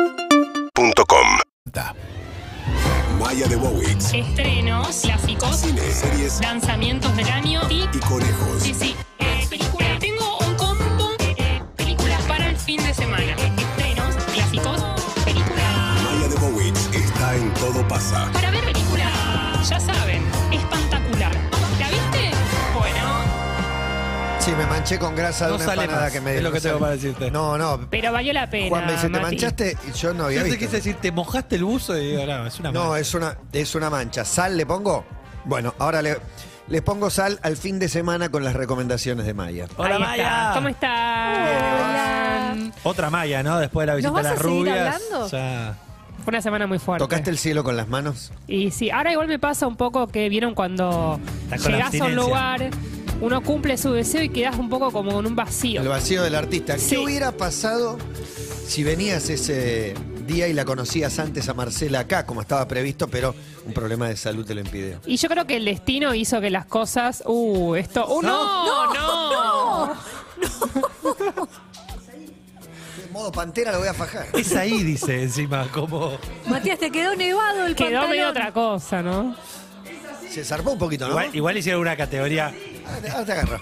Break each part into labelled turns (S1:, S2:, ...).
S1: UrbanaPlayFM.com
S2: Maya de Wowix,
S3: Estrenos, clásicos,
S2: cine, series
S3: lanzamientos del año y
S2: y conejos.
S3: sí, sí, eh, películas. Tengo un combo de eh, películas para el fin de semana. Estrenos, clásicos, películas.
S2: Maya de Wowix está en Todo Pasa.
S3: Para ver películas, ya saben, espantacular. ¿La viste? Bueno,
S4: Sí, me manché con grasa de
S5: No
S4: una
S5: sale
S4: empanada
S5: más,
S4: que me
S5: es
S4: dio.
S5: lo que
S4: No
S5: tengo
S4: sale.
S5: para decirte.
S4: No, no.
S3: pero valió la pena.
S4: Juan me dice, ¿te
S3: Mati.
S4: manchaste? Y yo no había
S5: Yo te
S4: visto.
S5: quise decir, te mojaste el buzo y digo, no, es una
S4: No,
S5: mala.
S4: es una, es una mancha. ¿Sal le pongo? Bueno, ahora le, les pongo sal al fin de semana con las recomendaciones de Maya.
S5: Hola
S3: Ahí está.
S5: Maya.
S3: ¿Cómo estás?
S6: Hola.
S5: Otra Maya, ¿no? Después de la visita
S6: ¿Nos
S5: a
S6: vas
S5: las
S6: a seguir
S5: rubias.
S6: hablando?
S5: Ya.
S3: Fue una semana muy fuerte.
S4: ¿Tocaste el cielo con las manos?
S3: Y sí, ahora igual me pasa un poco que vieron cuando
S5: Estás con
S3: llegás a un
S5: abstinencia.
S3: lugar, uno cumple su deseo y quedás un poco como con un vacío.
S4: El vacío del artista. ¿Qué
S3: Sí.
S4: hubiera pasado si venías ese día y la conocías antes a Marcela acá, como estaba previsto, pero un problema de salud te lo impide?
S3: Y yo creo que el destino hizo que las cosas. Uh, esto. ¡Uh, no! ¡No!
S4: De modo pantera lo voy a fajar.
S5: Es ahí, dice encima, como.
S6: Matías, te quedó nevado el
S3: Quedó
S6: pantalón.
S3: medio otra cosa, ¿no?
S4: Se zarpó un poquito, ¿no?
S5: Igual, igual hicieron una categoría.
S4: Ahora ahora te agarro.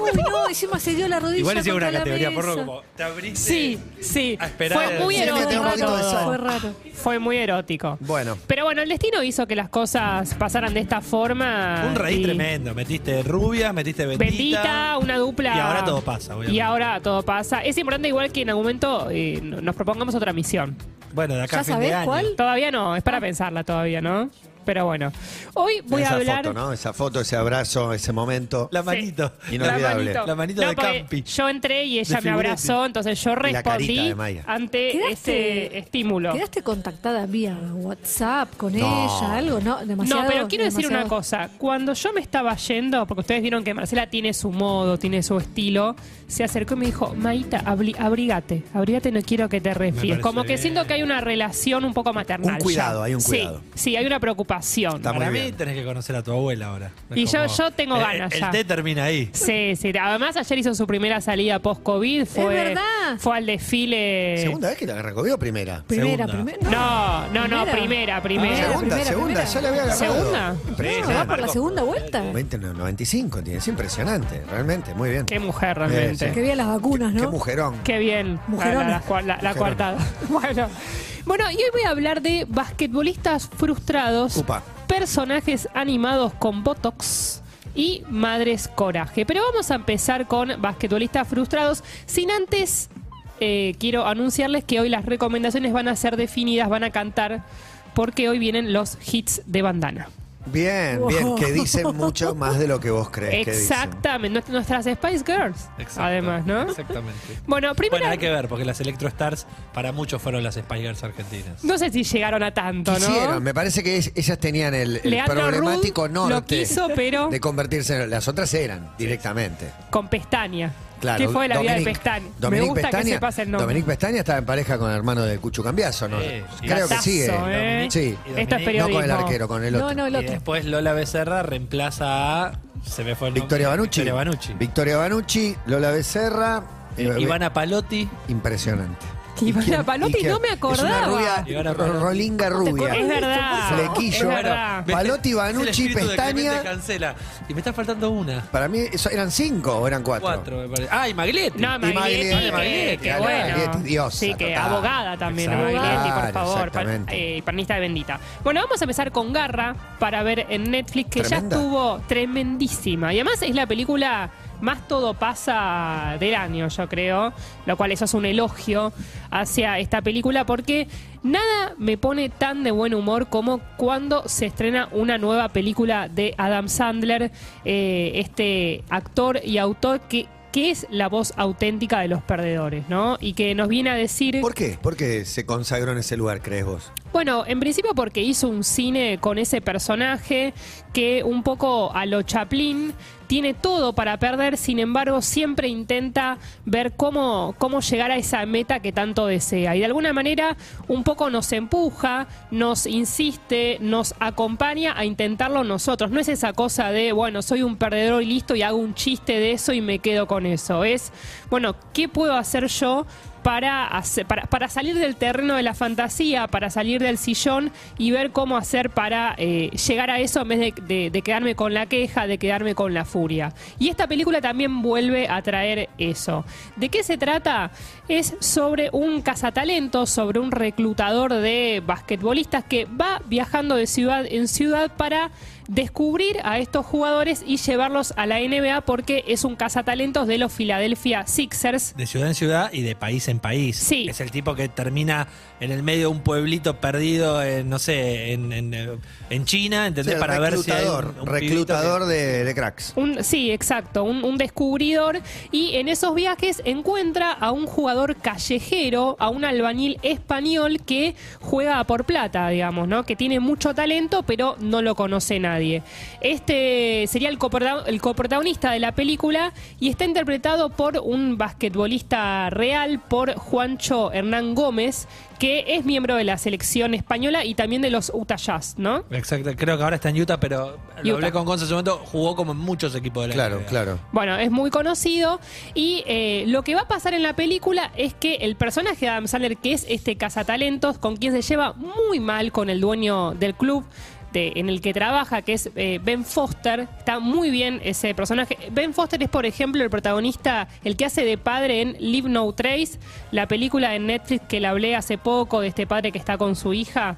S6: Uy, no, encima se dio la rodilla
S5: Igual hicieron
S6: contra
S5: una
S6: la
S5: categoría, porro,
S6: mesa.
S5: como. Te abriste.
S3: Sí, sí.
S5: A esperar.
S3: Fue muy
S4: Sí,
S6: Fue
S4: le tengo un poquito de
S3: erótico.
S4: sal.
S6: raro, fue raro.
S3: Fue muy erótico.
S4: Bueno.
S3: Pero bueno, el destino hizo que las cosas pasaran de esta forma.
S5: Un raíz
S3: y-
S5: tremendo. Metiste rubias, metiste bendita.
S3: Bendita, una dupla.
S5: Y ahora todo pasa, obviamente.
S3: Y ahora todo pasa. Es importante igual que en algún momento eh, nos propongamos otra misión.
S5: Bueno, de acá
S6: ¿Ya
S5: a fin de
S6: sabés
S5: año.
S6: cuál?
S3: Todavía no, es para pensarla todavía, ¿no? Pero bueno, hoy voy
S4: Esa
S3: a hablar...
S4: foto, ¿no? Esa foto, ese abrazo, ese momento.
S5: La manito.
S4: Sí. Inolvidable.
S3: La manito,
S5: La manito de
S3: porque
S5: Campi.
S3: Yo entré y ella
S5: De
S3: me
S5: Figuretti.
S3: abrazó, entonces yo
S4: Y la carita
S3: respondí
S4: de Maya.
S3: ante
S6: Quedaste-
S3: este estímulo.
S6: Quedaste contactada vía WhatsApp
S4: No.
S6: con ella, algo, ¿no? Demasiado.
S3: No, pero quiero decir una
S6: demasiado.
S3: cosa. Cuando yo me estaba yendo, porque ustedes vieron que Marcela tiene su modo, tiene su estilo, se acercó y me dijo, Maita, abli- abrigate, abrigate, no quiero que te resfríes.
S5: parece
S3: Como que
S5: bien.
S3: siento que hay una relación un poco maternal.
S4: Un cuidado,
S3: ya.
S4: hay un cuidado.
S3: Sí, sí, hay una preocupación.
S4: Está
S5: Para
S4: muy
S5: mí
S4: bien.
S5: tenés que conocer a tu abuela ahora. Es
S3: Y yo-
S5: como-
S3: yo tengo
S5: el-
S3: ganas
S5: El
S3: ya.
S5: té termina ahí.
S3: Sí, sí. Además, ayer hizo su primera salida post-COVID. Fue,
S6: verdad.
S3: fue al desfile.
S4: ¿Segunda vez que la recogió o primera?
S6: Primera,
S5: Segunda.
S6: primera.
S3: No, no, no, primera, primera.
S4: Ah, segunda,
S6: primera,
S4: segunda,
S6: primera.
S4: ya la había agarrado.
S3: ¿Segunda?
S4: Primera.
S6: No, va por la segunda vuelta.
S4: 20, no, 95 tiene, es impresionante, realmente, muy bien.
S3: Qué mujer realmente.
S4: Sí, sí.
S6: Que vía las vacunas,
S4: Qué
S6: ¿no?
S4: mujerón.
S3: Qué bien.
S6: Mujerona.
S3: La, la- la- la coartada. Bueno. bueno, y hoy voy a hablar de basquetbolistas frustrados,
S4: Upa.
S3: personajes animados con Botox y madres coraje. Pero vamos a empezar con basquetbolistas frustrados. Sin antes, eh, quiero anunciarles que hoy las recomendaciones van a ser definidas, van a cantar, porque hoy vienen los hits de bandana.
S4: Bien, bien, que dicen mucho más de lo que vos crees que dicen.
S3: Exactamente, Nuest- nuestras Spice Girls,
S5: Exacto.
S3: además, ¿no?
S5: Exactamente.
S3: Bueno, primero...
S5: Bueno, hay que ver, porque las Electro Stars para muchos fueron las Spice Girls argentinas.
S3: No sé si llegaron a tanto, ¿no?
S4: Quisieron, me parece que es- ellas tenían el, el
S3: Leandro
S4: problemático
S3: Rudd
S4: norte
S3: lo quiso, pero
S4: de convertirse en... Las otras eran, directamente.
S3: con pestaña.
S4: Claro,
S3: ¿Qué fue de la vida de
S4: Dominic-
S3: Pestaña?
S4: Dominic
S3: Me gusta que
S4: Pestaña-
S3: se pase el nombre.
S4: Dominic Pestaña estaba en pareja con el hermano del Cuchu Cambiazo, ¿no?
S5: Eh, sí.
S4: Creo que
S3: Datazo,
S4: sigue.
S3: ¿eh?
S4: Sí.
S5: Y
S3: Esto es
S5: Dominic-
S3: periodismo.
S4: No con el arquero, con el otro.
S6: No, no, el
S5: Y
S6: otro.
S5: después Lola Becerra reemplaza a. Se me fue el nombre.
S4: Victoria Banucci.
S5: Victoria Banucci.
S4: Victoria Banucci, Lola Becerra. eh,
S5: Ivana Palotti.
S4: Impresionante.
S3: Que Ivana
S4: Izquier-
S3: Palotti,
S4: izquier-
S3: no me
S4: Es
S3: acordaba.
S4: una rubia,
S5: Ivana
S4: ro-
S5: Palotti.
S4: rolinga rubia.
S3: Es verdad. Es
S4: Flequillo.
S3: verdad.
S4: Bueno, Palotti, Banucci,
S5: Es el espíritu de
S4: Pestaña.
S5: Clemente Cancela. Y me está faltando una.
S4: Para mí eso- eran cinco o eran cuatro.
S5: Cuatro, me parece. Ah, y Maglietti.
S3: No,
S4: Y Maglietti.
S3: Maglietti, que,
S5: Maglietti,
S3: que
S4: claro,
S3: bueno.
S4: Maglietti, diosa
S3: sí, que
S4: total.
S3: abogada también,
S5: Exacto.
S3: Maglietti, por
S4: Claro,
S3: favor. pan-
S4: exactamente.
S3: eh, panista de bendita. Bueno, vamos a empezar con Garra para ver en Netflix, que
S4: Tremenda.
S3: ya estuvo tremendísima. Y además es la película más todo pasa del año, yo creo. Lo cual eso es un elogio hacia esta película porque nada me pone tan de buen humor como cuando se estrena una nueva película de Adam Sandler, eh, este actor y autor que que es la voz auténtica de los perdedores, ¿no? Y que nos viene a decir...
S4: ¿Por qué? ¿Por qué se consagró en ese lugar, crees vos?
S3: Bueno, en principio porque hizo un cine con ese personaje que un poco a lo Chaplin tiene todo para perder, sin embargo siempre intenta ver cómo, cómo llegar a esa meta que tanto desea. Y de alguna manera un poco nos empuja, nos insiste, nos acompaña a intentarlo nosotros. No es esa cosa de, bueno, soy un perdedor y listo y hago un chiste de eso y me quedo con eso. Es, bueno, ¿qué puedo hacer yo para, hacer- para, para salir del terreno de la fantasía, para salir del sillón y ver cómo hacer para eh, llegar a eso en vez de, de- de quedarme con la queja, de quedarme con la furia. Y esta película también vuelve a traer eso. ¿De qué se trata? Es sobre un cazatalentos, sobre un reclutador de basquetbolistas que va viajando de ciudad en ciudad para descubrir a estos jugadores y llevarlos a la NBA porque es un cazatalentos de los Philadelphia Sixers.
S5: De ciudad en ciudad y de país en país.
S3: Sí.
S5: Es el tipo que termina en el medio de un pueblito perdido, en, no sé, en, en, eh, en China, ¿entendés?
S4: Sí,
S5: Para ver si hay
S4: reclutador,
S5: un- un pibito que-
S4: reclutador de, de cracks.
S3: Un- sí, exacto, un, un descubridor. Y en esos viajes encuentra a un jugador callejero, a un albañil español que juega por plata, digamos, ¿no? Que tiene mucho talento, pero no lo conoce nadie. Este sería el, coprota- el coprotagonista de la película y está interpretado por un basquetbolista real, por Juancho Hernán Gómez, que es miembro de la selección española y también de los Utah Jazz, ¿no?
S5: Exacto, creo que ahora está en Utah, pero
S3: Utah.
S5: lo hablé con Gonza en su momento, jugó como en muchos equipos de la
S4: Claro,
S5: NBA.
S4: claro.
S3: Bueno, es muy conocido. Y eh, lo que va a pasar en la película es que el personaje de Adam Sandler, que es este cazatalentos, con quien se lleva muy mal con el dueño del club. de- en el que trabaja, que es eh, Ben Foster, está muy bien ese personaje. Ben Foster es, por ejemplo, el protagonista, el que hace de padre en Leave No Trace, la película en Netflix que la hablé hace poco, de este padre que está con su hija.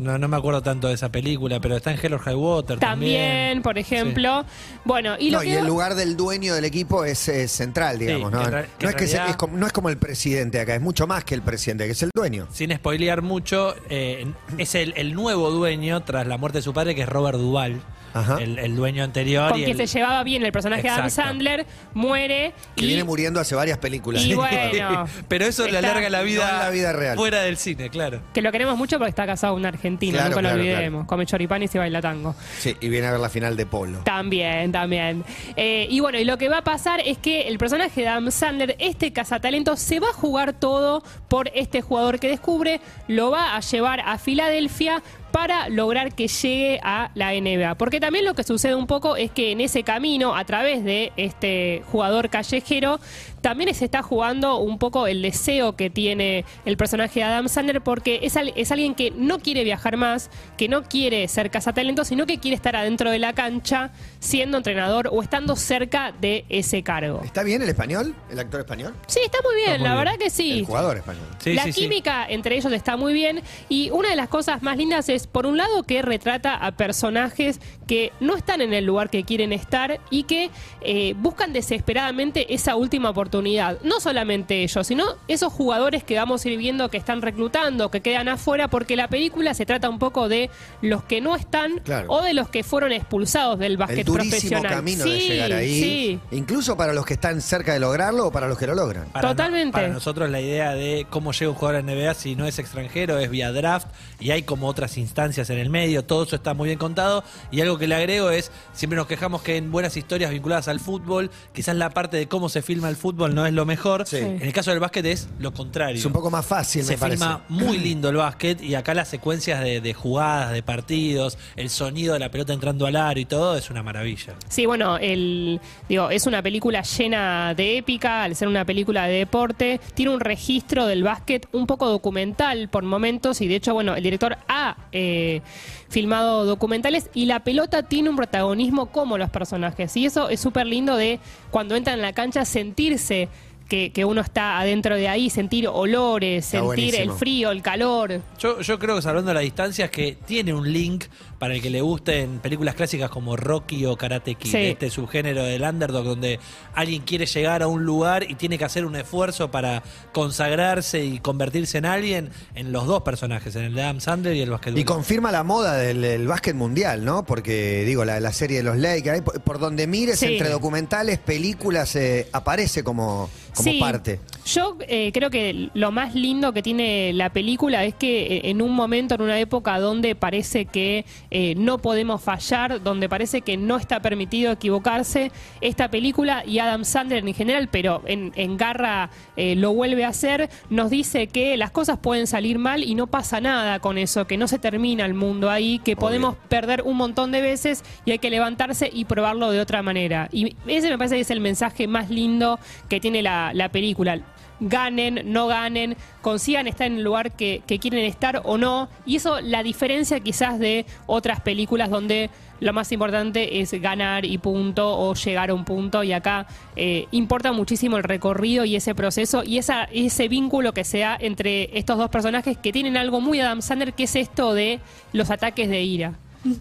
S5: No, no me acuerdo tanto de esa película, pero está en Hell or High Water
S3: También,
S5: también.
S3: por ejemplo. Bueno, y lo
S4: No,
S3: que
S4: y el
S3: va-
S4: lugar del dueño del equipo es, eh, central, digamos.
S5: que
S4: ¿no?
S5: en ra- que
S4: No
S5: en
S4: es que se-
S5: realidad-
S4: es como, no es como el presidente acá, es mucho más que el presidente, que es el dueño.
S5: Sin spoilear mucho, eh, es el, el nuevo dueño tras la muerte de su padre, que es Robert Duval,
S4: Ajá.
S5: el, el dueño anterior.
S3: con
S5: y
S3: quien
S5: el-
S3: se llevaba bien el personaje de Adam
S5: Exacto.
S3: Sandler, muere
S4: Que
S3: y
S4: viene muriendo hace varias películas.
S3: Y bueno.
S5: Pero eso le
S3: Está-
S5: alarga la vida,
S4: No en la vida real.
S5: fuera del cine, claro.
S3: que lo queremos mucho porque está casado con un argentino,
S4: Claro,
S3: nunca lo
S4: claro,
S3: olvidemos. Come choripán y se baila tango.
S4: Sí, y viene a ver la final de polo.
S3: También, también. Eh, y bueno, y lo que va a pasar es que el personaje de Adam Sandler, este cazatalento, se va a jugar todo por este jugador que descubre, lo va a llevar a Filadelfia para lograr que llegue a la NBA. Porque también lo que sucede un poco es que en ese camino, a través de este jugador callejero, también se está jugando un poco el deseo que tiene el personaje de Adam Sandler, porque es, al- es alguien que no quiere viajar más, que no quiere ser cazatalento, sino que quiere estar adentro de la cancha siendo entrenador o estando cerca de ese cargo.
S4: ¿Está bien el español? ¿El actor español?
S3: Sí, está muy bien,
S5: Está muy
S3: la
S5: bien.
S3: verdad que sí
S4: El jugador español.
S5: Sí,
S3: la
S5: sí, sí.
S3: química entre ellos está muy bien y una de las cosas más lindas es, por un lado, que retrata a personajes que no están en el lugar que quieren estar y que eh, buscan desesperadamente esa última oportunidad. No solamente ellos, sino esos jugadores que vamos a ir viendo que están reclutando, que quedan afuera, porque la película se trata un poco de los que no están
S4: Claro.
S3: o de los que fueron expulsados del
S4: El
S3: básquet
S4: durísimo
S3: profesional.
S4: camino de
S3: Sí,
S4: llegar ahí.
S3: sí.
S4: Incluso para los que están cerca de lograrlo o para los que lo logran.
S5: Para no-
S3: Totalmente.
S5: para nosotros la idea de cómo llega un jugador a la NBA si no es extranjero es vía draft y hay como otras instancias en el medio, todo eso está muy bien contado y algo que le agrego es, siempre nos quejamos que en buenas historias vinculadas al fútbol, quizás la parte de cómo se filma el fútbol no es lo mejor,
S4: Sí.
S5: en el caso del básquet es lo contrario.
S4: Es un poco más fácil,
S5: se
S4: me parece.
S5: filma muy lindo el básquet y acá las secuencias de, de jugadas, de partidos, el sonido de la pelota entrando al aro y todo es una maravilla.
S3: Sí, bueno, el, digo, es una película llena de épica, al ser una película de deporte, tiene un registro del básquet un poco documental por momentos y de hecho, bueno, el director ha eh, filmado documentales y la pelota tiene un protagonismo como los personajes y eso es súper lindo de cuando entra en la cancha sentirse que, que uno está adentro de ahí, sentir olores,
S4: Está
S3: sentir el
S4: buenísimo.
S3: frío, el calor.
S5: Yo, yo creo que hablando de las distancias que tiene un link para el que le gusten películas clásicas como Rocky o Karate Kid,
S3: Sí.
S5: este subgénero del underdog donde alguien quiere llegar a un lugar y tiene que hacer un esfuerzo para consagrarse y convertirse en alguien, en los dos personajes, en el de Adam Sandler y el basquetbolista.
S4: Y confirma la moda del, del básquet mundial, ¿no? Porque, digo, la, la serie de los Lakers, ahí por, por donde mires,
S3: Sí.
S4: entre documentales, películas, eh, aparece como, como
S3: Sí.
S4: parte.
S3: Yo eh, creo que lo más lindo que tiene la película es que eh, en un momento, en una época donde parece que eh, no podemos fallar, donde parece que no está permitido equivocarse, esta película y Adam Sandler en general, pero en, en Garra eh, lo vuelve a hacer, nos dice que las cosas pueden salir mal y no pasa nada con eso, que no se termina el mundo ahí, que podemos perder un montón de veces y hay que levantarse y probarlo de otra manera. Y ese me parece que es el mensaje más lindo que tiene la, la película. Ganen, no ganen, consigan estar en el lugar que, que quieren estar o no. Y eso la diferencia quizás de otras películas donde lo más importante es ganar y punto o llegar a un punto. Y acá eh, importa muchísimo el recorrido y ese proceso y esa, ese vínculo que se da entre estos dos personajes que tienen algo muy Adam Sandler, que es esto de los ataques de ira.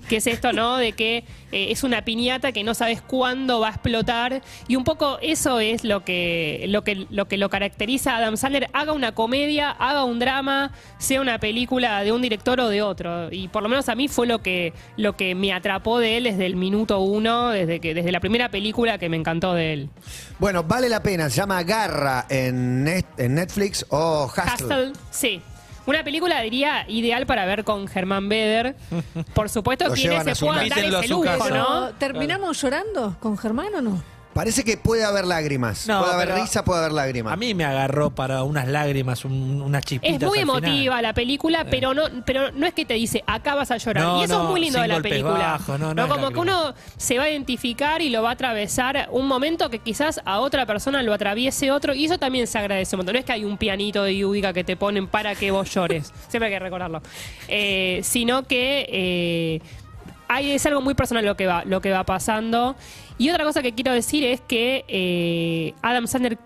S3: Que es esto, ¿no? De que eh, es una piñata que no sabes cuándo va a explotar. Y un poco eso es lo que lo, que, lo, que lo caracteriza a Adam Sandler. Haga una comedia, haga un drama, sea una película de un director o de otro. Y por lo menos a mí fue lo que, lo que me atrapó de él desde el minuto uno, desde, que, desde la primera película que me encantó de él.
S4: Bueno, vale la pena, se llama Garra en, Net- en Netflix o Hustle.
S3: Hustle, sí. Una película, diría, ideal para ver con Germán Beder. Por supuesto,
S4: Lo
S3: quienes
S4: llevan
S3: se
S4: a su
S3: puedan
S5: casa.
S3: dar
S5: Invítenlo a
S3: ese
S5: su
S3: lujo,
S5: casa.
S3: ¿no?
S6: Pero, ¿Terminamos llorando con Germán o no?
S4: Parece que puede haber lágrimas,
S5: No,
S4: puede haber
S5: pero-
S4: risa, puede haber lágrimas.
S5: A mí me agarró para unas lágrimas, un- unas
S3: Es
S5: chispitas.
S3: muy
S5: al final. Eh.
S3: emotiva la película, pero no, pero no es que te dice acá vas a llorar.
S5: No,
S3: y eso
S5: no,
S3: es muy lindo
S5: sin
S3: de la
S5: golpes
S3: película.
S5: bajos, no, no es
S3: como que
S5: lacrimal.
S3: uno se va a identificar y lo va a atravesar un momento que quizás a otra persona lo atraviese otro, y eso también se agradece un montón. No es que hay un pianito de Yubica que te ponen para que vos llores. Siempre hay que recordarlo. Eh, sino que eh, hay- es algo muy personal lo que va, lo que va pasando. Y otra cosa que quiero decir es que eh, Adam Sandler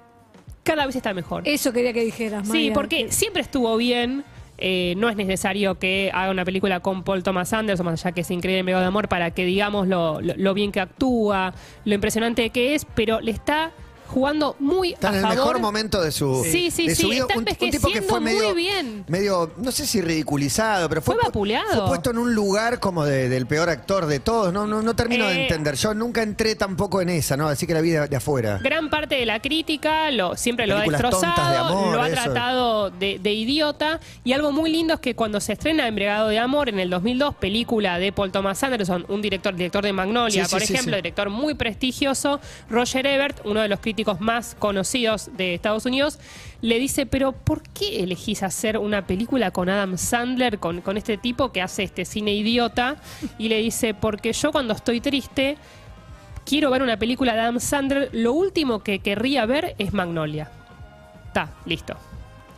S3: cada vez está mejor.
S6: Eso quería que dijeras,
S3: Sí,
S6: Maya.
S3: porque siempre estuvo bien. eh, no es necesario que haga una película con Paul Thomas Anderson, más allá que es increíble Mega de Amor, para que digamos lo, lo- lo bien que actúa, lo impresionante que es, pero le está jugando muy
S4: Está
S3: a
S4: en el
S3: favor.
S4: mejor momento de su,
S3: Sí, sí,
S4: de su
S3: sí,
S4: vida.
S3: está
S4: un, un tipo que
S3: envejeciendo
S4: fue
S3: muy
S4: medio,
S3: bien.
S4: medio, no sé si ridiculizado, pero fue,
S3: Fue
S4: pu-
S3: vapuleado.
S4: fue puesto en un lugar como de- del peor actor de todos. No, no, no termino de
S3: Eh.
S4: entender. Yo nunca entré tampoco en esa, ¿no? Así que la vida de afuera.
S3: Gran parte de la crítica lo, siempre lo ha
S4: Películas tontas de
S3: destrozado,
S4: amor,
S3: lo ha
S4: eso.
S3: tratado de, de idiota. Y algo muy lindo es que cuando se estrena Embriagado de Amor en el 2002, película de Paul Thomas Anderson, un director, director de Magnolia,
S4: Sí, sí,
S3: por
S4: sí,
S3: ejemplo,
S4: sí.
S3: director muy prestigioso, Roger Ebert, uno de los críticos más conocidos de Estados Unidos, le dice, pero ¿por qué elegís hacer una película con Adam Sandler, con, con este tipo que hace este cine idiota? Y le dice, porque yo cuando estoy triste quiero ver una película de Adam Sandler, lo último que querría ver es Magnolia. Está, listo.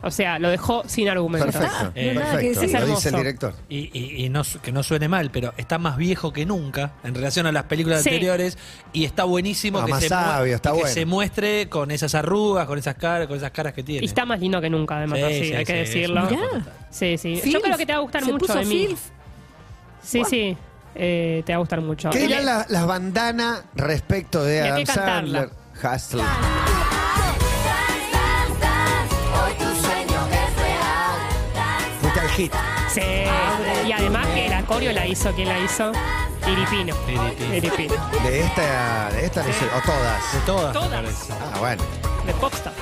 S3: O sea, lo dejó sin argumentos.
S4: Perfecto.
S5: Eh,
S6: no hay nada que
S4: perfecto.
S6: decir.
S4: Lo dice el
S3: Hermoso.
S4: director.
S5: Y, y- y no, su- que no suene mal, pero está más viejo que nunca en relación a las películas
S3: Sí.
S5: anteriores y está buenísimo
S4: Ah,
S5: que,
S4: más
S5: se,
S4: sabio, está
S5: que
S4: bueno.
S5: se muestre con esas arrugas, con esas caras, con esas caras que tiene.
S3: Y está más lindo que nunca, además,
S5: Sí,
S3: así,
S5: sí,
S3: hay que
S5: sí, es
S3: decirlo.
S5: una
S6: Mirá.
S3: Sí, sí. Yo
S6: Filf.
S3: creo que te va a gustar
S6: Se
S3: mucho
S6: puso
S3: de mí.
S6: Filf.
S3: Sí, sí. Eh, te va a gustar mucho.
S4: ¿Qué
S3: Y
S4: dirán
S3: le-
S4: las las bandanas respecto
S3: Y
S4: de
S3: hay
S4: Adam
S3: que cantarla.
S4: Sandler? Hustle. Fuiste al hit.
S3: Sí. Y además que la coreo la hizo, ¿quién la hizo? Iripino.
S5: Iripino.
S3: Iripino.
S4: De esta, de esta no sé, o todas.
S5: De todas. me
S3: Todas.
S5: parece.
S4: Ah, bueno.
S3: De Popstar.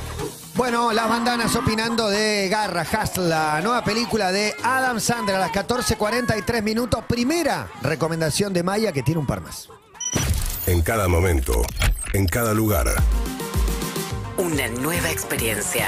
S4: Bueno, las bandanas opinando de Garra Hustle, la nueva película de Adam Sandler a las 14.43 minutos. Primera recomendación de Maya que tiene un par más.
S2: En cada momento, en cada lugar.
S1: Una nueva experiencia.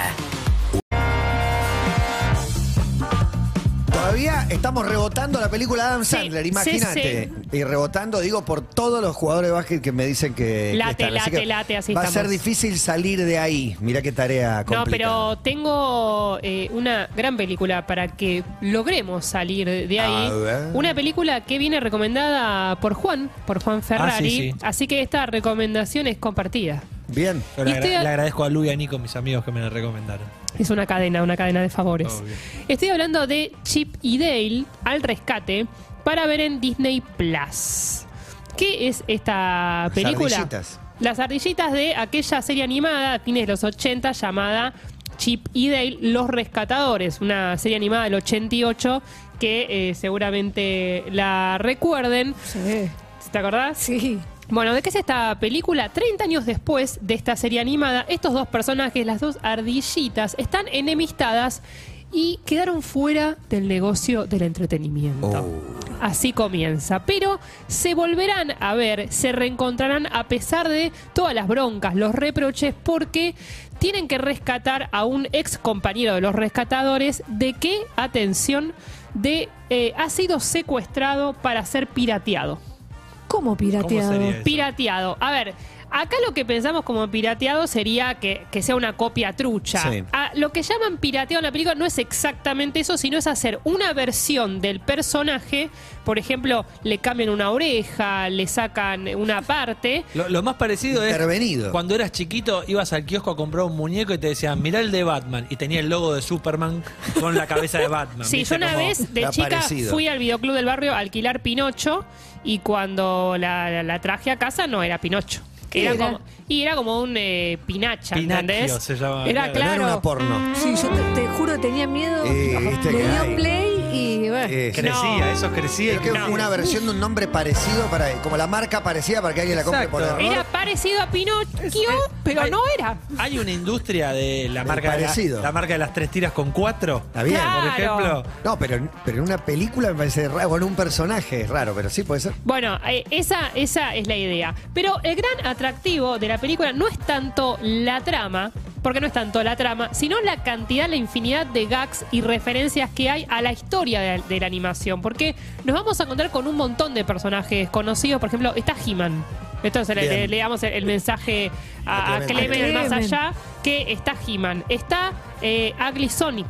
S4: Todavía estamos rebotando la película Adam Sandler,
S3: sí,
S4: imagínate. Y rebotando, digo, por todos los jugadores de básquet que me dicen que. que
S3: Late,
S4: están. Así
S3: late,
S4: que
S3: late, así
S4: Va a
S3: estamos.
S4: ser difícil salir de ahí. Mirá qué tarea
S3: No,
S4: complicada.
S3: pero tengo eh, una gran película para que logremos salir de ahí.
S4: A ver.
S3: Una película que viene recomendada por Juan, por Juan Ferrari.
S5: sí.
S3: Así que esta recomendación es compartida.
S4: Bien.
S5: Yo
S3: Y
S5: le,
S3: estoy
S5: agra-
S3: a-
S5: le agradezco a Lu y a Nico, mis amigos, que me la recomendaron.
S3: Es una cadena, una cadena de favores.
S5: Obvio.
S3: Estoy hablando de Chip y Dale al rescate, para ver en Disney Plus. ¿Qué es esta película?
S4: ardillitas.
S3: Las ardillitas de aquella serie animada a fines de los 80 llamada Chip y Dale, Los Rescatadores, una serie animada del 88 que eh, seguramente la recuerden.
S6: Sí.
S3: ¿Te acordás?
S6: Sí.
S3: Bueno, ¿de qué es esta película? 30 años después de esta serie animada, estos dos personajes, las dos ardillitas, están enemistadas y quedaron fuera del negocio del
S4: Oh.
S3: entretenimiento. Así comienza. Pero se volverán a ver, se reencontrarán a pesar de todas las broncas, los reproches, porque tienen que rescatar a un ex compañero de los rescatadores de que, atención, de eh, ha sido secuestrado para ser pirateado
S6: ¿Cómo pirateado?
S5: ¿Cómo sería?
S3: pirateado. A ver, acá lo que pensamos como pirateado sería que, que sea una copia trucha.
S4: Sí.
S3: Ah, lo que llaman pirateado en la película no es exactamente eso, sino es hacer una versión del personaje. Por ejemplo, le cambian una oreja, le sacan una parte.
S5: Lo, lo más parecido
S4: Intervenido.
S5: es cuando eras chiquito ibas al kiosco a comprar un muñeco y te decían, mirá el de Batman. Y tenía el logo de Superman con la cabeza de Batman.
S3: Sí,
S5: ¿viste?
S3: yo una
S5: Como-
S3: vez de
S4: Está
S3: chica
S4: parecido.
S3: fui al videoclub del barrio a alquilar Pinocho y cuando la, la- la traje a casa no era Pinocho.
S6: ¿Qué
S3: Era
S6: era?
S3: como- y era como un eh, pinacha,
S5: Pinacchio
S3: ¿entendés?
S5: se llamaba,
S4: Pero no
S3: era
S5: claro.
S3: claro.
S4: era una porno.
S6: Sí, yo te, te juro tenía miedo.
S4: Eh, viste
S6: Le
S4: que
S6: dio
S4: hay.
S6: play y bueno.
S4: Es-
S5: Crecía, eso crecía. y
S4: Eh, Creo que
S5: crecía.
S4: una versión de un nombre parecido para como la marca parecida para que alguien la compre por
S5: Exacto.
S4: error.
S3: Era parecido a Pinocchio, pero
S5: Hay-
S3: no era.
S5: Hay una industria de la
S4: Del
S5: marca de la,
S4: parecido.
S5: la marca de las tres tiras con cuatro.
S4: Está bien.
S3: Claro.
S5: Por ejemplo,
S4: No, pero, pero en una película me parece raro, o en un personaje es raro, pero sí puede ser.
S3: Bueno, eh, esa, esa es la idea. Pero el gran atractivo de la película no es tanto la trama, porque no es tanto la trama, sino la cantidad, la infinidad de gags y referencias que hay a la historia de, de la animación. Porque nos vamos a encontrar con un montón de personajes conocidos. Por ejemplo, está He-Man. Entonces le,
S4: Bien.
S3: le- le damos el, el mensaje
S4: A
S3: a, a
S4: Clemen.
S3: Clemen, el más
S6: Clemen.
S3: allá, que está He-Man. Está eh, Ugly Sonic.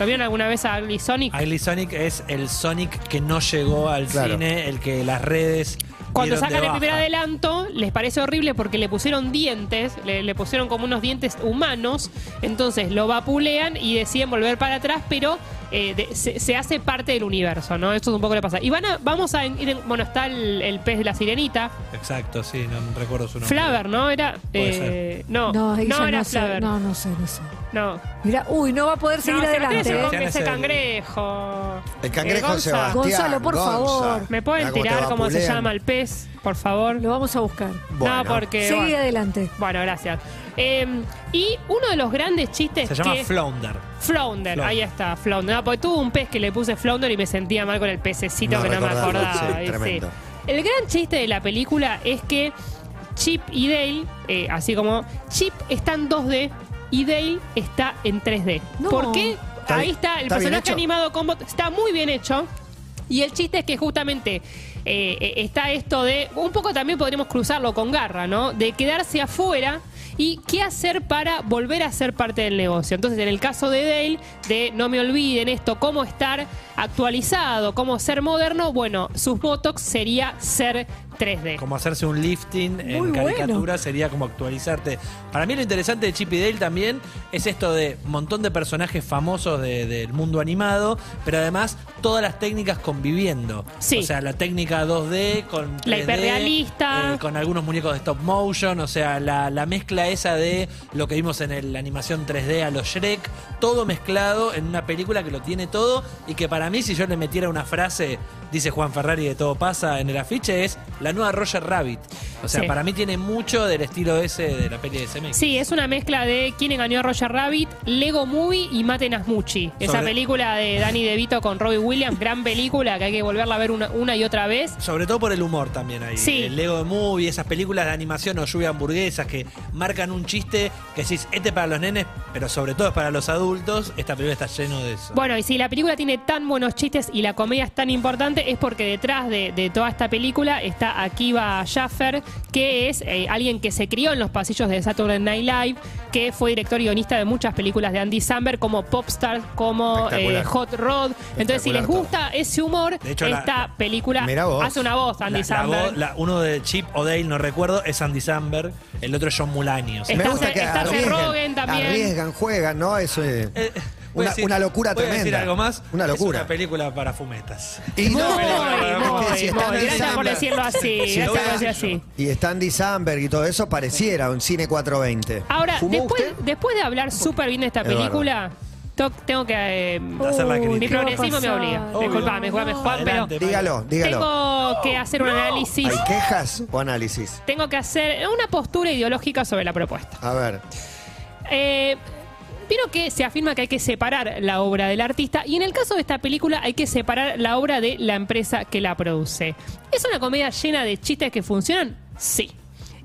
S3: ¿Lo vieron alguna vez a Ugly Sonic?
S5: Ugly Sonic es el Sonic que no llegó al
S4: Claro.
S5: cine, el que las redes.
S3: Cuando
S5: dieron de
S3: sacan el
S5: baja.
S3: primer adelanto, les parece horrible porque le pusieron dientes, le, le pusieron como unos dientes humanos, entonces lo vapulean y deciden volver para atrás, pero eh, de- se, se hace parte del universo, ¿no? Eso es un poco lo que pasa. Y van a, vamos a ir, en- bueno, está el, el pez de la sirenita,
S5: Exacto, sí, no recuerdo su nombre.
S3: Flaver, ¿no? Era,
S5: Puede
S3: eh, no, no,
S6: No, ella
S3: era
S6: no sé.
S3: Flaver,
S6: No,
S3: no.
S6: no sé, no sé.
S3: no.
S6: Mirá, uy, no va a poder seguir
S3: Sebastián,
S6: adelante.
S3: se
S6: ¿eh?
S3: con que
S5: Sebastián
S3: ese
S5: es el-
S3: cangrejo.
S4: El cangrejo
S3: Eh,
S4: se
S3: Gonza,
S4: va.
S6: Gonzalo, por favor.
S3: ¿Me pueden tirar cómo se llama el pez, por favor?
S6: Lo vamos a buscar.
S4: Bueno.
S3: no, porque...
S6: Seguí
S3: bueno.
S6: adelante.
S3: Bueno, gracias. Eh, y uno de los grandes chistes
S5: Se llama
S3: que...
S5: Flounder.
S3: Flounder,
S5: Flounder.
S3: ahí está, Flounder. No, porque tuve un pez que le puse Flounder y me sentía mal con el pececito
S4: No
S3: que no me
S4: recordarlo,
S3: acordaba.
S4: sí,
S3: y
S4: tremendo.
S3: El gran chiste de la película es que Chip y Dale, eh, así como Chip está en 2D y Dale está en 3D.
S6: No.
S3: ¿Por qué?
S4: Está
S3: Ahí
S4: bien-
S3: está, el
S4: está bien
S3: personaje
S4: hecho.
S3: animado con bot- está muy bien hecho. Y el chiste es que justamente eh, eh, está esto de, un poco también podríamos cruzarlo con garra, ¿no? De quedarse afuera y qué hacer para volver a ser parte del negocio. Entonces, en el caso de Dale, de no me olviden esto, cómo estar actualizado, cómo ser moderno, bueno, sus Botox sería ser 3D.
S5: Como hacerse un lifting en
S6: Muy
S5: caricatura
S6: bueno.
S5: sería como actualizarte. Para mí lo interesante de Chip y Dale también es esto de un montón de personajes famosos de- del mundo animado, pero además todas las técnicas conviviendo.
S3: Sí.
S5: O sea, la técnica 2D con 3D,
S3: hiperrealista.
S5: eh, con algunos muñecos de stop motion, o sea, la, la mezcla esa de lo que vimos en el- la animación 3D a los Shrek, todo mezclado en una película que lo tiene todo y que para mí si yo le metiera una frase, dice Juan Ferrari de todo pasa en el afiche, es la nueva Roger Rabbit. O sea,
S3: Sí.
S5: para mí tiene mucho del estilo ese de la peli de CMX.
S3: Sí, es una mezcla de Quién engañó a Roger Rabbit, Lego Movie y Maten a Smucci. Esa
S5: Sobre-
S3: película de Danny DeVito con Robbie Williams, gran película que hay que volverla a ver una, una y otra vez.
S5: Sobre todo por el humor también ahí.
S3: Sí.
S5: El Lego de Movie, esas películas de animación o lluvia de hamburguesas que marcan un chiste que decís, este es para los nenes, pero sobre todo es para los adultos. Esta película está lleno de eso.
S3: Bueno, y si la película tiene tan buenos chistes y la comedia es tan importante, es porque detrás de, de toda esta película está Akiva Schaffer, que es eh, alguien que se crió en los pasillos de Saturday Night Live, que fue director y guionista de muchas películas de Andy Samberg, como Popstar, como
S4: Espectacular.
S3: eh, Hot Rod. Entonces, si les
S4: todo.
S3: gusta ese humor,
S5: De hecho, la-
S3: esta película
S4: Mirá vos.
S3: hace una voz Andy
S5: La- la
S3: Samberg.
S5: voz- la- uno de Chip o Dale, no recuerdo, es Andy Samberg. El otro es John Mulaney. o sea.
S3: Está- está Seth
S4: arriesgan,
S3: Rogen también.
S4: arriesgan, juegan, ¿no? Eso es-
S5: Eh, voy a
S4: Una- una locura
S5: voy a decir
S4: tremenda.
S5: algo más.
S4: Una locura.
S5: Es una película para fumetas.
S4: Y no,
S3: Muy,
S4: pero-
S3: muy,
S4: es que si
S3: muy.
S4: están
S3: Gracias por
S4: Sandberg-
S3: decirlo así.
S4: Si
S3: gracias por
S4: está-
S3: decirlo así.
S4: Y Stanley Sandberg y todo eso pareciera un cine 420.
S3: Ahora,
S4: ¿Fumó
S3: después,
S4: usted?
S3: después de hablar súper bien de esta
S4: Es
S3: película, to- tengo que. eh,
S5: hacer la crítica.
S6: Uy,
S3: mi
S6: ¿qué va a
S3: progresismo me
S6: pasar?
S3: obliga.
S5: Obvio.
S3: Disculpame, Juan, Juan, pero.
S5: Adelante,
S4: Dígalo, dígalo.
S3: Tengo que hacer un análisis.
S4: ¿Hay quejas o análisis?
S3: Tengo que hacer una postura ideológica sobre la propuesta.
S4: A ver.
S3: Eh, Vieron que se afirma que hay que separar la obra del artista y en el caso de esta película hay que separar la obra de la empresa que la produce. ¿Es una comedia llena de chistes que funcionan? Sí.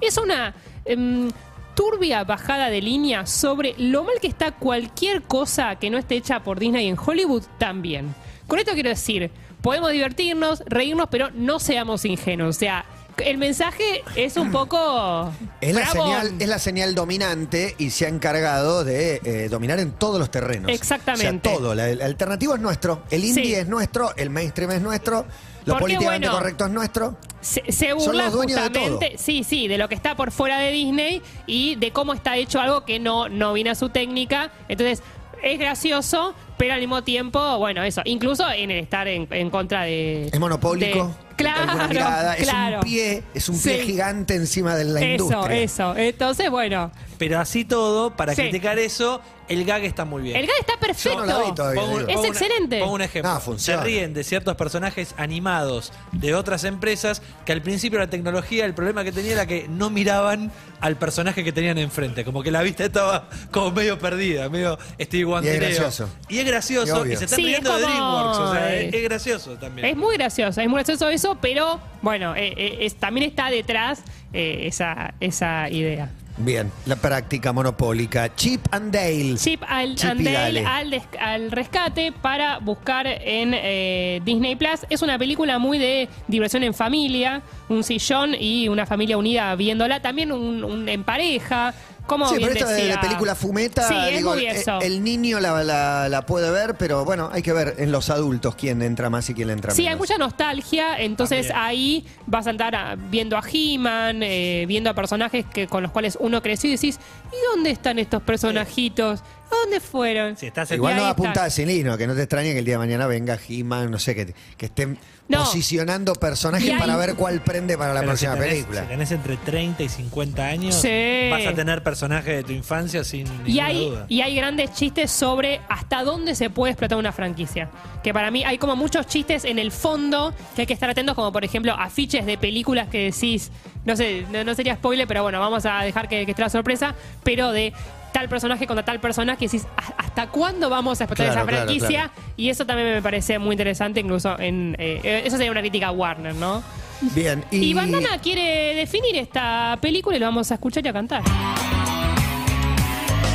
S3: Es una em, turbia bajada de línea sobre lo mal que está cualquier cosa que no esté hecha por Disney en Hollywood también. Con esto quiero decir, podemos divertirnos, reírnos, pero no seamos ingenuos. O sea, el mensaje es un poco...
S4: Es la,
S3: bravo.
S4: señal, es la señal dominante y se ha encargado de eh, dominar en todos los terrenos.
S3: Exactamente.
S4: O sea, todo. La, el alternativo es nuestro. El indie
S3: Sí.
S4: es nuestro. El mainstream es nuestro. Lo
S3: Porque,
S4: políticamente
S3: bueno,
S4: correcto es nuestro.
S3: se, se burla
S4: los dueños de
S3: justamente,
S4: todo.
S3: sí, sí, de lo que está por fuera de Disney y de cómo está hecho algo que no, no viene a su técnica. Entonces, es gracioso, pero al mismo tiempo, bueno, eso, incluso en el estar en, en contra de...
S4: Es monopólico.
S3: de-
S4: de alguna
S3: claro,
S4: mirada,
S3: claro.
S4: Es un pie, es un pie
S3: Sí.
S4: gigante encima de la
S3: Eso,
S4: industria.
S3: eso. Entonces, bueno,
S5: Pero así todo, para
S3: Sí.
S5: criticar eso, el gag está muy bien.
S3: el gag está
S4: Yo
S3: perfecto.
S4: no la vi todavía.
S5: Pongo un-
S4: digo.
S3: Es
S5: pongo un-
S3: excelente.
S5: Pongo un ejemplo.
S4: Ah, funciona.
S5: Se ríen de ciertos personajes animados de otras empresas que al principio la tecnología, el problema que tenía era que no miraban al personaje que tenían enfrente. Como que la vista estaba como medio perdida, medio Steve Wondereo.
S4: gracioso.
S5: Y es gracioso,
S4: Y obvio.
S5: y se están
S3: Sí,
S5: riendo
S3: es
S5: de
S3: como-
S5: DreamWorks. O sea, es, es gracioso también.
S3: Es muy gracioso, es muy gracioso eso, pero bueno, eh, eh, es- también está detrás eh, esa, esa idea.
S4: Bien, la práctica monopólica. Chip and Dale.
S3: Chip al,
S4: Chip y
S3: and Dale
S4: dale.
S3: al, des- al rescate para buscar en eh, Disney Plus. Es una película muy de diversión en familia, un sillón y una familia unida viéndola, también un, un- en pareja. Como
S4: Sí,
S3: bien
S4: pero esto de
S3: decía-
S4: la película Fumeta,
S3: Sí, es
S4: digo,
S3: muy
S4: e-
S3: eso.
S4: El, niño la, la- la puede ver, pero bueno, hay que ver en los adultos quién entra más y quién entra menos.
S3: Sí, hay mucha nostalgia, entonces
S5: También.
S3: ahí vas a andar a- viendo a He-Man, eh, viendo a personajes que, con los cuales uno creció y decís, ¿y dónde están estos personajitos? ¿A dónde fueron?
S5: Si estás en-
S4: Igual
S3: Y
S4: no
S3: ahí
S4: apunta
S3: están.
S4: a Cilino, que no te extrañe que el día de mañana venga He-Man, no sé, que, que estén
S3: No.
S4: posicionando personajes
S3: Y hay-
S4: para ver cuál prende para la
S5: Pero si
S4: próxima
S5: tenés-
S4: película.
S5: Si tenés entre 30 y 50 años,
S3: Sí.
S5: vas a tener personajes de tu infancia sin
S3: Y
S5: ninguna
S3: hay,
S5: duda.
S3: y hay grandes chistes sobre hasta dónde se puede explotar una franquicia. Que para mí hay como muchos chistes en el fondo que hay que estar atentos, como por ejemplo afiches de películas que decís, no sé, no, no sería spoiler, pero bueno, vamos a dejar que, que esté la sorpresa, pero de tal personaje contra tal personaje que decís, "¿Has- ¿hasta cuándo vamos a explotar
S4: Claro,
S3: esa
S4: claro,
S3: franquicia?
S4: claro.
S3: Y eso también me parece muy interesante, incluso en... eh, eh, eso sería una crítica a Warner, ¿no?
S4: Bien, y,
S3: Y, Bandana quiere definir esta película y lo vamos a escuchar y a cantar.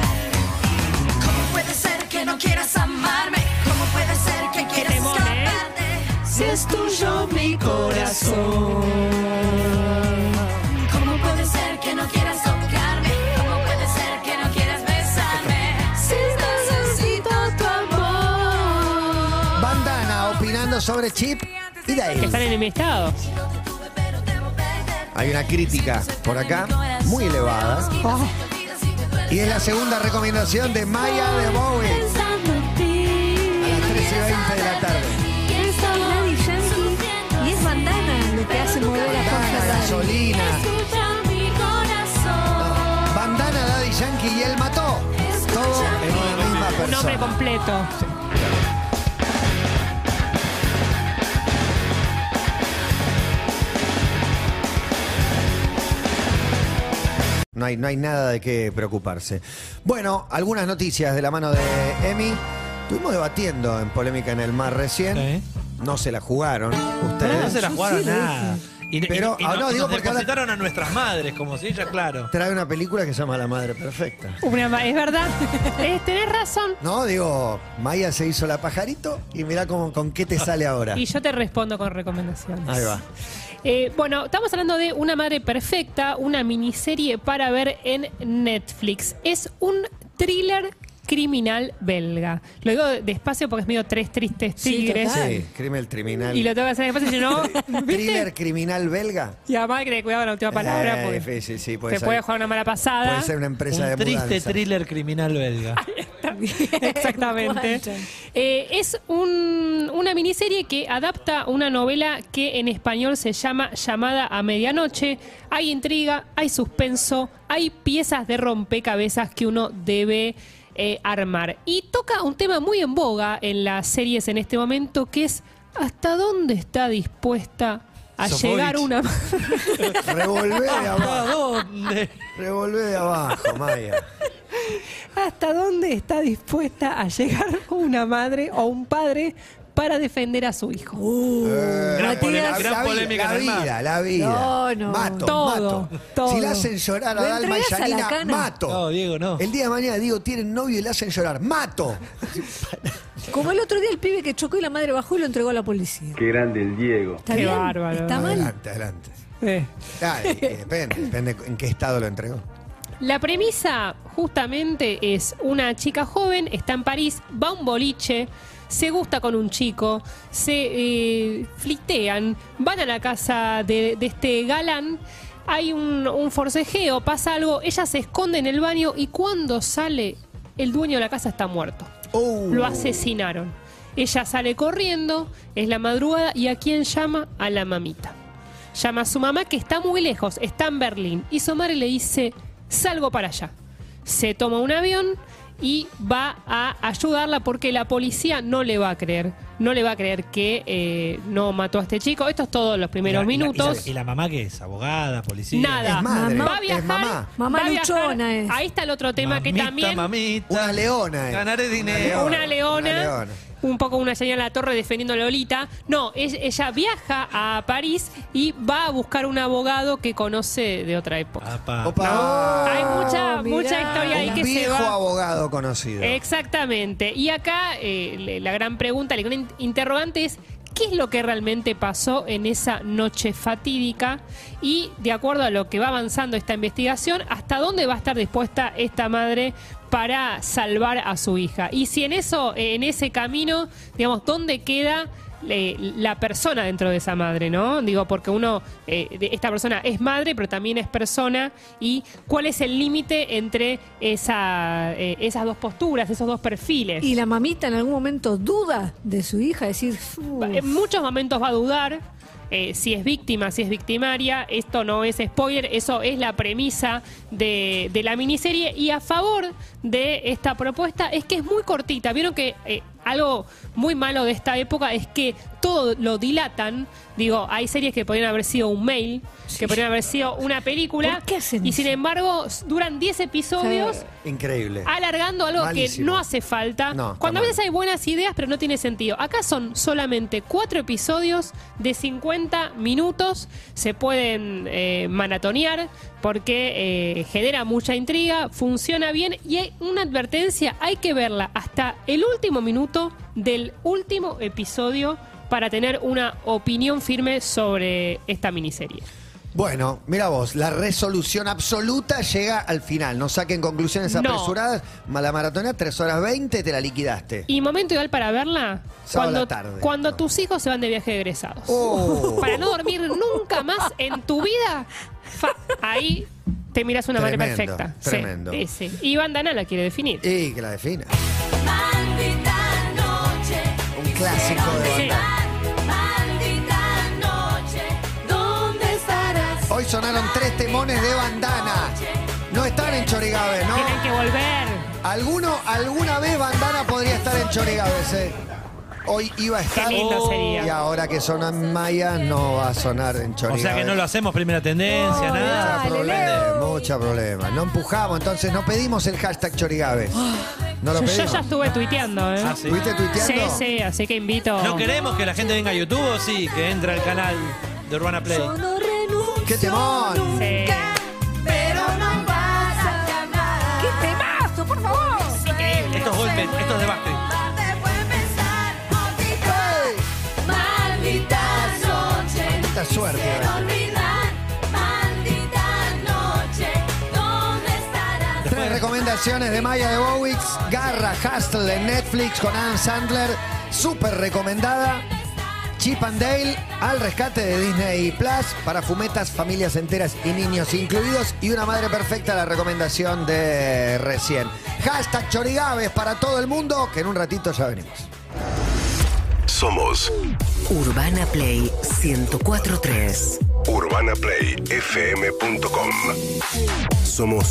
S7: ¿Cómo puede ser que no quieras amarme? ¿Cómo puede ser que quieras
S3: temón, ¿eh?
S7: escaparte?
S3: Si es tuyo mi corazón.
S7: ¿Cómo puede ser que no quieras tocarme? ¿Cómo puede ser que no quieras besarme? Si necesito tu amor.
S4: Bandana opinando sobre Chip y
S3: Que
S4: Dale.
S3: están en mi estado.
S7: No te tuve, pero debo perderte.
S4: Hay una crítica por acá muy elevada.
S3: Ah.
S4: Y es la segunda recomendación de Maya de Bowie.
S7: Pensando en ti.
S4: A las 13 y 20 de la tarde.
S6: ¿Quién es Daddy Yankee? Y es bandana lo que hace mover la
S4: Bandana,
S6: panza.
S4: gasolina.
S7: Escucha mi corazón.
S4: Bandana, Daddy Yankee y él mató. Todo en una misma
S3: Un
S4: persona.
S3: hombre completo.
S4: No hay, no hay nada de qué preocuparse. Bueno, algunas noticias de la mano de Emi. Estuvimos debatiendo en Polémica en el Mar recién.
S5: Sí.
S4: No se la jugaron
S3: ¿Eh?
S4: ustedes.
S5: No se la jugaron nada. Y,
S4: Pero,
S5: y- y
S4: ah,
S5: nos-
S4: no, digo
S5: nos
S4: porque ahora-
S5: depositaron a nuestras madres, como si ellas, claro.
S4: Trae una película que se llama La Madre Perfecta.
S3: Una ma- es verdad. Eh, tenés razón.
S4: No, digo, Maya se hizo la pajarito y mirá cómo, con qué te sale ahora.
S3: Y yo te respondo con recomendaciones.
S4: Ahí va.
S3: Eh, bueno, estamos hablando de Una Madre Perfecta, una miniserie para ver en Netflix. Es un thriller criminal belga. Lo digo despacio porque es medio tres tristes
S8: Sí,
S3: tigres.
S8: total.
S4: Sí, crimen criminal.
S3: Y lo tengo que hacer despacio, si no, ¿viste?
S4: Thriller criminal belga.
S3: Y además que cuidado con la última palabra
S4: Eh,
S3: porque
S4: difícil, sí, puede
S3: se
S4: ser.
S3: puede jugar una mala pasada.
S4: Puede ser una empresa de
S5: Ah. Un triste
S4: mudanza.
S5: thriller criminal belga.
S3: Exactamente.
S8: Guacha.
S3: Eh, es un- una miniserie que adapta una novela que en español se llama Llamada a Medianoche. Hay intriga, hay suspenso, hay piezas de rompecabezas que uno debe eh, armar. Y toca un tema muy en boga en las series en este momento, que es hasta dónde está dispuesta a
S5: Sofovich.
S3: llegar una...
S4: Revolvé de
S5: ¿A
S4: abajo.
S5: dónde?
S4: Revolvé de abajo, Maya.
S3: ¿Hasta dónde está dispuesta a llegar una madre o un padre para defender a su hijo?
S8: Uh,
S4: Eh,
S5: Gran
S4: la
S5: polémica,
S4: vida,
S5: gran
S4: la
S5: polémica en el
S4: vida,
S5: mar.
S4: La vida, la vida.
S8: No, no.
S4: Mato,
S3: Todo,
S4: mato.
S3: todo.
S4: Si la hacen llorar a
S8: Lo
S4: Dalma y
S8: entregas a la
S4: Yanina,
S8: cana.
S4: mato.
S5: No, Diego, no.
S4: El día de mañana digo, tienen novio y la hacen llorar. ¡Mato!
S8: Como el otro día el pibe que chocó y la madre bajó y lo entregó a la policía.
S9: Qué grande el Diego.
S8: ¿Está
S3: Qué
S8: bien?
S3: bárbaro.
S8: ¿Está mal?
S4: Adelante, adelante.
S3: Eh.
S4: Ah, y- y depende, depende en qué estado lo entregó.
S3: La premisa justamente es una chica joven, está en París, va a un boliche, se gusta con un chico, se eh, flirtean, van a la casa de, de este galán, hay un, un forcejeo, pasa algo, ella se esconde en el baño y cuando sale, el dueño de la casa está muerto.
S4: Uh.
S3: Lo asesinaron. Ella sale corriendo, es la madrugada, y ¿a quién llama? A la mamita. Llama a su mamá que está muy lejos, está en Berlín. Y su madre le dice, salgo para allá. Se toma un avión y va a ayudarla porque la policía no le va a creer. No le va a creer que eh, no mató a este chico. Esto es todo en los primeros
S5: Y la- y la-
S3: minutos.
S5: ¿Y la, mamá que es? ¿Abogada? ¿Policía?
S3: Nada.
S4: Es madre,
S3: va a
S4: es
S3: viajar.
S4: mamá.
S8: Mamá
S3: va a viajar.
S8: luchona es.
S3: Ahí está el otro tema que
S5: Mamita,
S3: también.
S5: mamita.
S4: Una leona. eh.
S5: Ganaré dinero.
S3: Una leona,
S4: Una leona.
S3: un poco una señora de la torre defendiendo a Lolita. No, es- ella viaja a París y va a buscar un abogado que conoce de otra época.
S5: Apa.
S4: Opa.
S3: Hay mucha,
S8: mirá.
S3: mucha historia ahí
S4: Ah, un
S3: que se
S4: viejo
S3: va.
S4: abogado conocido.
S3: Exactamente. Y acá eh, le- la gran pregunta, la gran in- interrogante es qué es lo que realmente pasó en esa noche fatídica y de acuerdo a lo que va avanzando esta investigación, hasta dónde va a estar dispuesta esta madre para salvar a su hija. Y si en eso, eh, en ese camino, digamos, dónde queda eh, la persona dentro de esa madre, ¿no? Digo, porque uno, eh, de- esta persona es madre, pero también es persona, y cuál es el límite entre esa, eh, esas dos posturas, esos dos perfiles.
S8: Y la mamita en algún momento duda de su hija, decir, "Uf,
S3: Va- En muchos momentos va a dudar eh, si es víctima, si es victimaria. Esto no es spoiler, eso es la premisa de, de la miniserie. Y a favor de esta propuesta es que es muy cortita. Vieron que eh, algo muy malo de esta época es que todo lo dilatan. Digo, hay series que podrían haber sido un mail, que podrían haber sido una película.
S8: ¿Por qué hacen
S3: y sin
S8: eso?
S3: embargo, s- duran 10 episodios
S4: Increíble.
S3: alargando algo que
S4: Malísimo.
S3: no hace falta.
S4: No, está
S3: Cuando a
S4: mal.
S3: veces hay buenas ideas, pero no tiene sentido. Acá son solamente cuatro episodios de 50 minutos. Se pueden eh, maratonear porque eh, genera mucha intriga, funciona bien. Y hay una advertencia: hay que verla hasta el último minuto del último episodio para tener una opinión firme sobre esta miniserie.
S4: Bueno, mira vos, la resolución absoluta llega al final. No saquen conclusiones
S3: No.
S4: apresuradas. La maratona, 3 horas 20, te la liquidaste.
S3: Y momento ideal para verla
S4: Sábado a
S3: cuando,
S4: la tarde.
S3: cuando
S4: No.
S3: tus hijos se van de viaje de egresados.
S4: Oh.
S3: Para no dormir nunca más en tu vida, fa, ahí te miras una manera
S4: Tremendo,
S3: perfecta. Sí,
S4: tremendo. Eh,
S3: Sí, Y Bandana la quiere definir.
S4: Y que la defina.
S7: Maldita noche.
S4: Un clásico de
S3: Sí.
S4: banda.
S7: Maldita noche. ¿Dónde estarás?
S4: Hoy sonaron tres temones de bandana. No están en Chorigabe, ¿no?
S3: Tienen que volver.
S4: Alguno, alguna vez bandana podría estar en Chorigabe, ¿eh? Hoy iba a estar.
S3: Qué lindo sería.
S4: Y ahora que suena en Maya, no va a sonar en
S5: O
S4: Chorigabe.
S5: sea que no lo hacemos primera tendencia,
S8: No,
S5: nada.
S8: dale,
S4: problema, mucho problema. No empujamos, entonces no pedimos el hashtag Chorigabe. No lo
S3: Yo, yo
S4: pedimos.
S3: ya estuve tuiteando, ¿eh?
S5: Ah, sí.
S4: ¿Fuiste
S3: Sí,
S4: tuiteando?
S3: sí, así que invito.
S5: No queremos que la gente venga a YouTube o sí, que entra al canal de Urbana Play.
S8: yo no renuncio
S4: ¡Qué temón!
S8: nunca".
S3: Sí.
S7: Pero no vas a llamar.
S8: ¡Qué temazo, por favor!
S5: Estos golpes, estos debates.
S7: Te puede pensar, maldita. Maldita noche.
S4: Maldita suerte,
S7: Quisiera
S4: eh.
S7: olvidar. Maldita noche. ¿Dónde estarás?
S4: Tres canciones de Maya de Bowix, Garra Hustle en Netflix con Adam Sandler, súper recomendada. Chip and Dale al rescate de Disney Plus para fumetas, familias enteras y niños incluidos. Y una madre perfecta, la recomendación de recién. Hashtag Chorigaves para todo el mundo, que en un ratito ya venimos.
S2: Somos
S1: Urbana Play 1043.
S2: urbanaplayfm.com. Somos.